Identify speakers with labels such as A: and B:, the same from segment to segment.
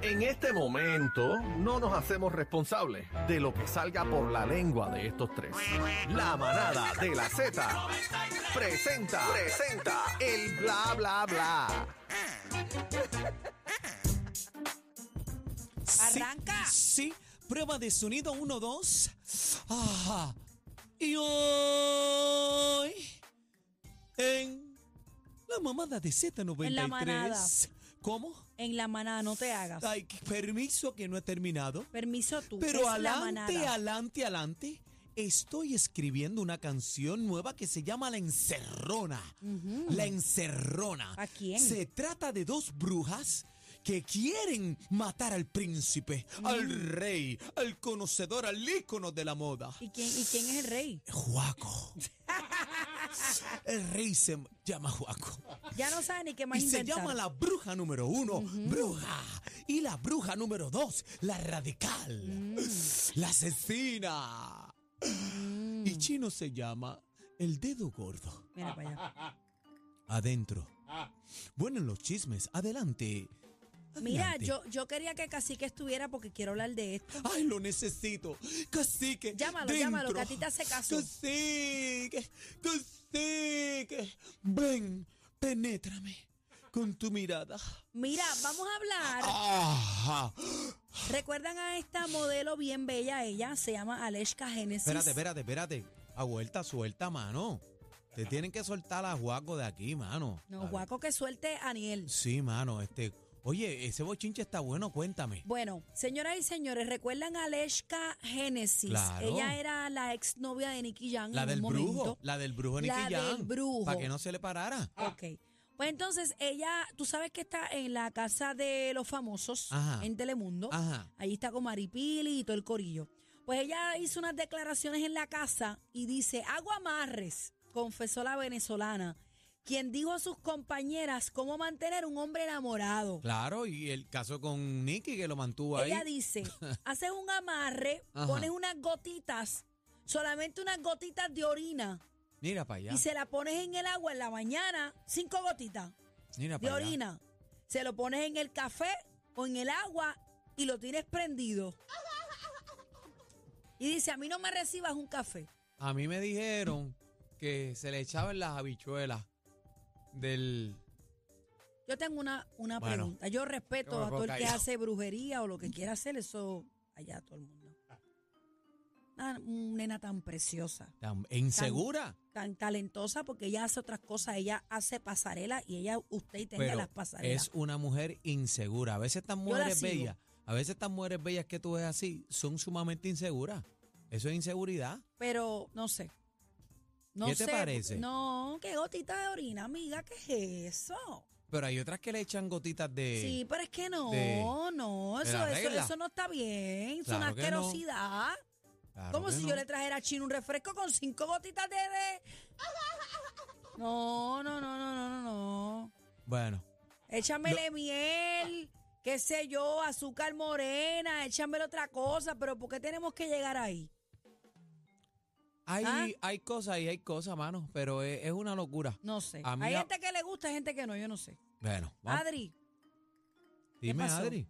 A: En este momento no nos hacemos responsables de lo que salga por la lengua de estos tres. La manada de la Z presenta, presenta el bla bla bla.
B: Sí,
C: Arranca.
B: Sí, prueba de sonido 1, 2. Ajá. Y hoy en la mamada de Z93.
C: En la manada.
B: ¿Cómo?
C: En la manada, no te hagas.
B: Ay, qué permiso que no he terminado.
C: Permiso tú. es
B: Pero
C: la
B: adelante,
C: manada.
B: adelante, adelante. Estoy escribiendo una canción nueva que se llama La Encerrona. La Encerrona.
C: ¿A quién?
B: Se trata de dos brujas que quieren matar al príncipe,
C: Mm.
B: al rey, al conocedor, al ícono de la moda.
C: ¿Y quién, ¿Y quién es el rey?
B: Juaco. El rey se llama Juaco.
C: Ya no sabe ni qué más
B: Y se
C: inventar.
B: llama la bruja número uno, bruja. Y la bruja número dos, la radical,
C: Mm.
B: la asesina.
C: Mm.
B: Y chino se llama el dedo gordo.
C: Mira para allá.
B: Adentro. Bueno, en los chismes, adelante.
C: Mira,
B: Adelante.
C: yo, yo quería que Cacique estuviera porque quiero hablar de esto.
B: Ay, lo necesito. Cacique.
C: Llámalo,
B: dentro.
C: llámalo, Catita se casó.
B: Cacique, cacique. Ven, penétrame con tu mirada.
C: Mira, vamos a hablar.
B: Ajá.
C: ¿Recuerdan a esta modelo bien bella? Ella se llama Aleshka Genesis.
B: Espérate, espérate, espérate. A vuelta, suelta, mano. Te tienen que soltar a Juaco de aquí, mano.
C: No, Guaco, que suelte a Aniel.
B: Sí, mano, este. Oye, ese bochinche está bueno, cuéntame.
C: Bueno, señoras y señores, ¿recuerdan a Aleshka Genesis?
B: Claro.
C: Ella era la exnovia de Nicky Jam
B: La
C: en
B: del
C: un
B: brujo,
C: momento.
B: la del brujo Nicky
C: La del
B: Jam,
C: brujo.
B: Para que no se le parara.
C: Ok. Pues entonces ella, tú sabes que está en la casa de los famosos
B: Ajá.
C: en Telemundo.
B: Ajá.
C: Ahí está con Maripili y todo el corillo. Pues ella hizo unas declaraciones en la casa y dice, hago amarres, confesó la venezolana, quien dijo a sus compañeras cómo mantener un hombre enamorado.
B: Claro, y el caso con Nicky que lo mantuvo ahí.
C: Ella dice, haces un amarre,
B: Ajá.
C: pones unas gotitas, solamente unas gotitas de orina
B: Mira para allá.
C: y se la pones en el agua en la mañana, cinco gotitas.
B: mira
C: de
B: para allá.
C: orina. Se lo pones en el café o en el agua y lo tienes prendido. Y dice, a mí no me recibas un café.
D: A mí me dijeron que se le echaban las habichuelas del...
C: Yo tengo una, una
D: Bueno,
C: pregunta. Yo respeto
D: yo me
C: a todo el
D: puedo
C: que
D: callar.
C: hace brujería o lo que quiera hacer, eso allá todo el mundo. Una nena tan preciosa,
B: Tan- e ¿Insegura?
C: tan talentosa, porque ella hace otras cosas. Ella hace pasarela y ella, usted y tenga
B: Pero
C: las pasarelas.
B: es una mujer insegura. A veces estas
C: la
B: mujeres
C: sigo.
B: bellas, a veces estas mujeres bellas que tú ves así, son sumamente inseguras. Eso es inseguridad.
C: Pero no sé. No
B: ¿Qué te
C: sé,
B: parece?
C: No, qué gotita de orina, amiga, ¿qué es eso?
B: Pero hay otras que le echan gotitas de...
C: Sí, pero es que no,
B: eh, de-
C: no,
B: de
C: eso,
B: la
C: eso,
B: regla.
C: eso no está bien, es una
B: Claro que no.
C: asquerosidad.
B: Claro
C: Como
B: que
C: si
B: no.
C: yo le trajera a Chino un refresco con cinco gotitas de... de- No, no, no, no, no, no, no.
B: Bueno,
C: Échamele miel, qué sé yo, azúcar morena, échamele otra cosa, pero ¿por qué tenemos que llegar ahí?
B: hay,
C: ¿Ah?
B: hay cosas y hay cosas, mano, pero es, es una locura.
C: No sé.
B: A mí
C: Hay
B: la-
C: gente que le gusta, hay gente que no, yo no sé.
B: Bueno, vamos,
C: Adri.
B: dime,
C: pasó?
B: Adri.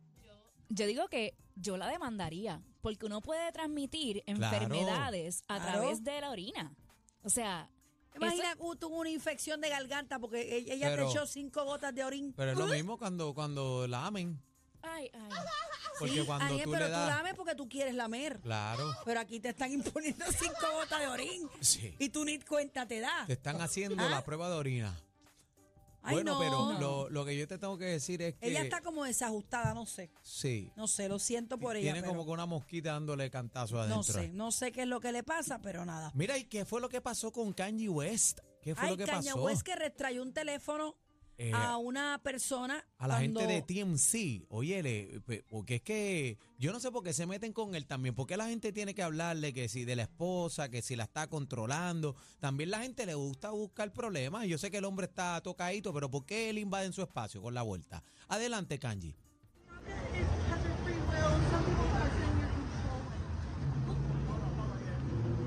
E: Yo digo que yo la demandaría, porque uno puede transmitir
B: Claro.
E: enfermedades a
C: Claro.
E: través de la orina. O sea,
C: Imagina que uh, tuvo una infección de garganta porque ella- ella
B: Pero-
C: te echó cinco gotas de orín.
B: Pero es lo mismo cuando, cuando la amen.
E: ay, ay.
B: Porque
C: Ah, Sí,
B: cuando
C: Ángel,
B: tú
C: pero
B: le das...
C: tú lames porque tú quieres lamer.
B: Claro,
C: Pero aquí te están imponiendo cinco gotas de orín
B: sí.
C: y tú ni cuenta te das.
B: Te están haciendo la prueba de orina.
C: Ah. Ay,
B: bueno,
C: no.
B: pero lo, lo que yo te tengo que decir es que...
C: Ella está como desajustada, no sé.
B: Sí,
C: No sé, lo siento por ella.
B: tiene
C: pero
B: como que una mosquita dándole cantazo adentro.
C: no sé, no sé qué es lo que le pasa, pero nada.
B: Mira, ¿y qué fue lo que pasó con Kanye West? ¿Qué fue
C: Ay,
B: lo que
C: Caña
B: pasó?
C: West que restrayó un teléfono
B: eh,
C: a una persona.
B: a la gente
C: ah, cuando-
B: de TMC, óyele, pe- porque es que yo no sé por qué se meten con él también, porque la gente tiene que hablarle que si de la esposa, que si la está controlando, también la gente le gusta buscar problemas, yo sé que el hombre está tocadito, pero ¿por qué él invade en su espacio con la vuelta? Adelante, Kanji.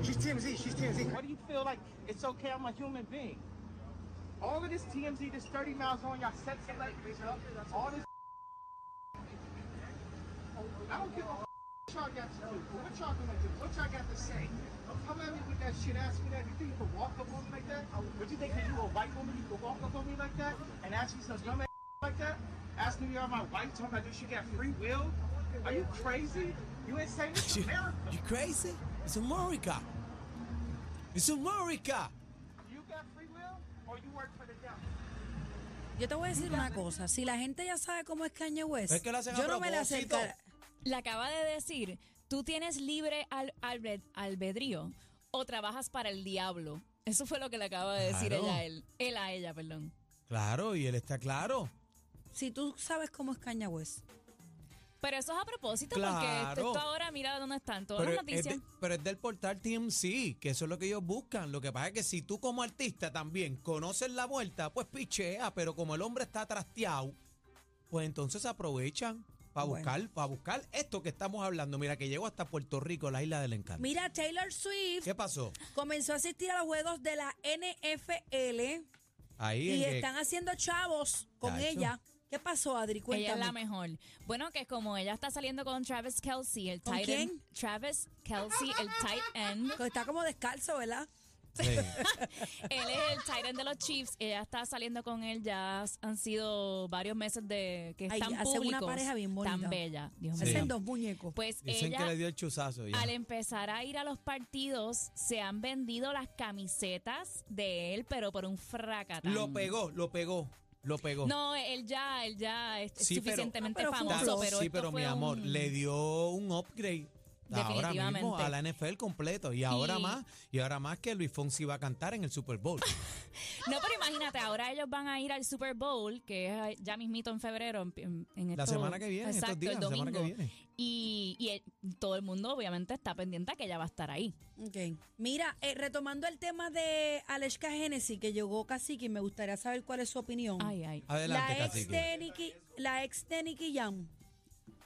F: She's TMZ. She's TMZ. What do you feel like? It's okay. I'm a human being. All of this TMZ, this 30 miles on y'all sets of like, all this. I don't give a what y'all got to do. What y'all gonna do? What y'all got to say? Don't come at me with that shit. Ask me that. You think you can walk up on me like that? Would you think that you a white woman? You could walk up on me like that and ask me some dumb ass like that? Ask me you're my wife? Talking about this? You got free will? Are you crazy? You insane? This is America.
B: You crazy? It's America. It's America.
F: You got free will or you work for the devil?
C: Yo te voy a decir una cosa. Si la gente ya sabe cómo es Kanye West,
B: Es que lo hacen a
C: yo no me la
B: propósito.
C: acercaré.
E: La acaba de decir, tú tienes libre al, albe- albedrío o trabajas para el diablo. Eso fue lo que le acaba de decir
B: Claro.
E: ella a él. Él a ella, perdón.
B: Claro, y él está claro.
C: Si tú sabes cómo es Kanye West,
E: Pero eso es a propósito porque
B: Claro.
E: esto ahora mira dónde están todas
B: Pero
E: las
B: es,
E: noticias.
B: de- pero es del portal TMC, que eso es lo que ellos buscan. Lo que pasa es que si tú como artista también conoces la vuelta, pues pichea, pero como el hombre está trasteado, pues entonces aprovechan para
C: Bueno.
B: buscar, para buscar esto que estamos hablando. Mira, que llegó hasta Puerto Rico, la isla del encanto.
C: Mira, Taylor Swift
B: ¿Qué pasó?
C: comenzó a asistir a los juegos de la NFL
B: Ahí
C: y
B: en-
C: están haciendo chavos con
B: Chacho.
C: ella. ¿Qué pasó, Adri?
E: Ella es la
C: Cuéntame.
E: mejor. Bueno, que como ella está saliendo con Travis Kelsey, el
C: ¿Con
E: tight end. Travis Kelsey, el tight end.
C: Está como descalzo, ¿verdad?
B: Sí.
E: Él es el tight end de los Chiefs. Ella está saliendo con él. Ya han sido varios meses de que
C: Ay,
E: están
C: hacen una
E: públicos,
C: pareja bien bonita.
E: Tan bella. Dios
B: Sí.
E: mío.
C: Hacen dos muñecos.
E: Pues
B: Dicen
E: ella,
B: que le dio el chuzazo ya.
E: al empezar a ir a los partidos, se han vendido las camisetas de él, pero por un fracatán.
B: Lo pegó, lo pegó, lo pegó.
E: No, él ya, él ya es es
B: Sí, pero-
E: suficientemente
C: Ah, pero fue un
E: famoso,
C: flop.
E: pero
B: sí,
E: esto
B: pero
E: fue
B: mi amor,
E: un-
B: le dio un upgrade. Ahora mismo
E: Definitivamente.
B: a la NFL completo y ahora más y ahora más que Luis Fonsi va a cantar en el Super Bowl.
E: No, pero imagínate, ahora ellos van a ir al Super Bowl, que es ya mismito en febrero. En, en- en
B: La
E: estos-
B: semana que viene, estos
E: exacto,
B: días,
E: el
B: la
E: domingo.
B: semana que viene.
E: Y, y el- todo el mundo obviamente está pendiente a que ella va a estar ahí.
C: Ok. Mira, eh, retomando el tema de Alexka Genesis, que llegó casi, que me gustaría saber cuál es su opinión.
E: Ay, ay.
B: Adelante,
C: la, este ex
B: Cacique.
C: de Nicky, la ex de Nicky Jam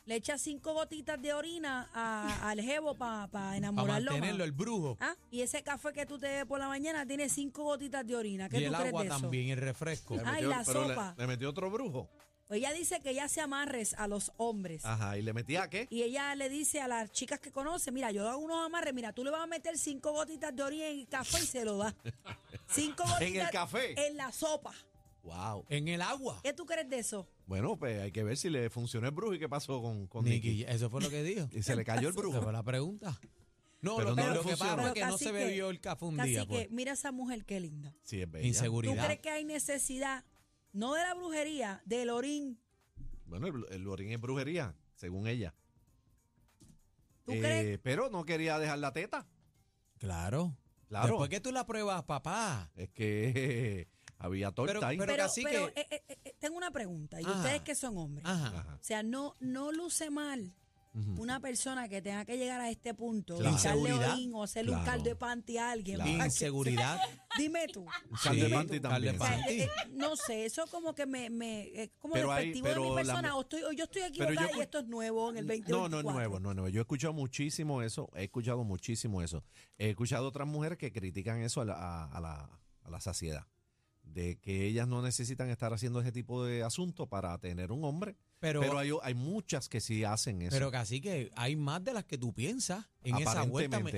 C: le echa cinco gotitas de orina a- al jevo para
B: Para
C: enamorarlo. más.
B: mantenerlo el brujo
C: Ah, Y ese café que tú te bebes por la mañana tiene cinco gotitas de orina. ¿Qué
B: y
C: tú
B: el
C: crees
B: agua
C: de eso?
B: también, el refresco.
A: Le
C: Ay, la
A: pero le-
C: sopa. Pues
A: Le, metió otro brujo.
C: Ella dice que ella se amarres a los hombres.
A: Ajá, ¿y le metía qué?
C: Y ella le dice a las chicas que conoce, mira, yo hago unos amarres, mira, tú le vas a meter cinco gotitas de orina en el café y se lo da. Cinco gotitas.
A: el café?
C: En la sopa.
A: Wow.
B: En el agua.
C: ¿Qué tú crees de eso?
A: Bueno, pues hay que ver si le funcionó el brujo y qué pasó con, con
B: Nicky,
A: Nicky.
B: eso fue lo que dijo.
A: Y se le cayó Pues, el
B: Esa fue
A: brujo.
B: la pregunta. No,
A: Pero
B: lo, que-
A: no le
B: lo que
A: funcionó.
B: pasa es que
C: Pero
B: no se
C: Cacique,
B: bebió el café un
C: Así
B: día.
C: que,
A: pues.
C: mira esa mujer, qué linda.
A: Sí, es
B: por
A: bella.
C: ¿Tú
B: inseguridad.
C: crees que hay necesidad, no de la brujería, del orín?
A: Bueno, el, el orín es brujería, según ella.
C: ¿Tú
A: Eh,
C: crees?
A: Pero no quería dejar la teta.
B: Claro.
A: Claro.
B: Después que tú la pruebas, papá.
A: Es que eh, había torta
B: Pero-
A: ahí.
B: pero- Cacique-
C: pero, eh, eh, eh, eh, tengo una pregunta, y
B: Ajá.
C: ustedes que son hombres.
B: Ajá.
A: Ajá.
C: O sea, no, no luce mal
A: Ujú.
C: una persona que tenga que llegar a este punto,
B: Claro.
C: echarle
B: Inseguridad.
C: orín o hacerle un
A: Claro.
C: caldo de panty a alguien.
A: Claro.
C: para que-
B: Inseguridad.
C: Dime tú.
A: Carne
B: Sí, carne
A: panty también.
C: O sea,
B: panty.
C: eh, eh, no sé, eso como que me, me es como
A: Pero hay-
C: despectivo de
A: pero
C: mi
A: la
C: persona.
A: mu-
C: o, estoy, o yo estoy
A: yo
C: equivocada y
A: escu-
C: esto es nuevo en el 20
A: No, no es nuevo, no es nuevo. Yo he escuchado muchísimo eso, he escuchado muchísimo eso. He escuchado otras mujeres que critican eso a la, a- a la- a la saciedad, de que ellas no necesitan estar haciendo ese tipo de asunto para tener un hombre.
B: Pero,
A: Pero, hay, hay muchas que sí hacen eso.
B: Pero casi que hay más de las que tú piensas en esa vuelta. me-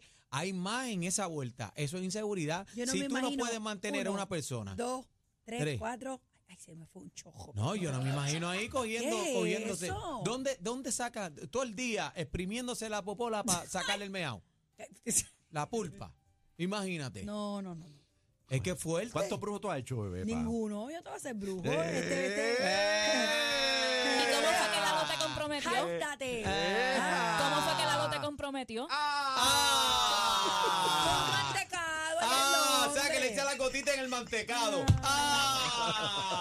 B: Aparente, hay más en esa vuelta. Eso es inseguridad.
C: Yo no
B: si
C: me
B: tú no
C: imagino
B: puedes mantener a
C: uno,
B: una persona.
C: Dos, tres,
B: Tres.
C: cuatro. Ay, se me fue un chojo.
B: No, yo no me imagino ahí cogiendo,
C: ¿Qué es
B: cogiéndose.
C: eso?
B: ¿Dónde, ¿Dónde saca todo el día exprimiéndose la popola para sacarle el meao? La pulpa. Imagínate.
C: No, no, no. no.
B: Es que fuerte.
A: ¿Cuántos brujos tú has hecho, bebé? pa?
C: Ninguno, yo te voy a hacer brujo.
A: Eh.
C: Este, este.
E: ¿Y cómo fue que la te
A: Eh.
E: comprometió?
C: ¡Jáltate!
E: ¿Cómo fue que la te comprometió?
C: ¡Ah! Con mantecado en el
B: Ah, o sea
C: hombre.
B: Ah, que le echa la gotita en el mantecado. ¡Ah!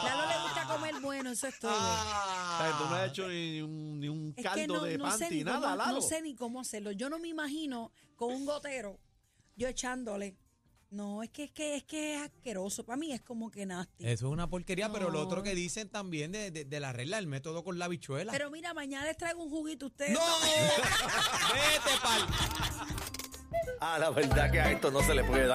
C: Lalo le gusta comer bueno, eso es todo.
A: Ay, tú no has
B: ¡Ah!
A: hecho ni un, ni un
C: es
A: caldo
C: que no,
A: de
C: no sé
A: panty,
C: ni
A: nada,
C: cómo,
A: Lalo.
C: no sé ni cómo hacerlo. Yo no me imagino con un gotero, yo echándole. No, es que es que es que es asqueroso. Para mí es como que nasty.
D: Eso es una porquería, pero lo otro
C: No.
D: que dicen también de, de- de la regla, el método con la bichuela.
C: Pero mira, mañana les traigo un juguito a ustedes.
D: ¡No! ¡Vete, pal!
A: Ah, la verdad que a esto no se le puede dar.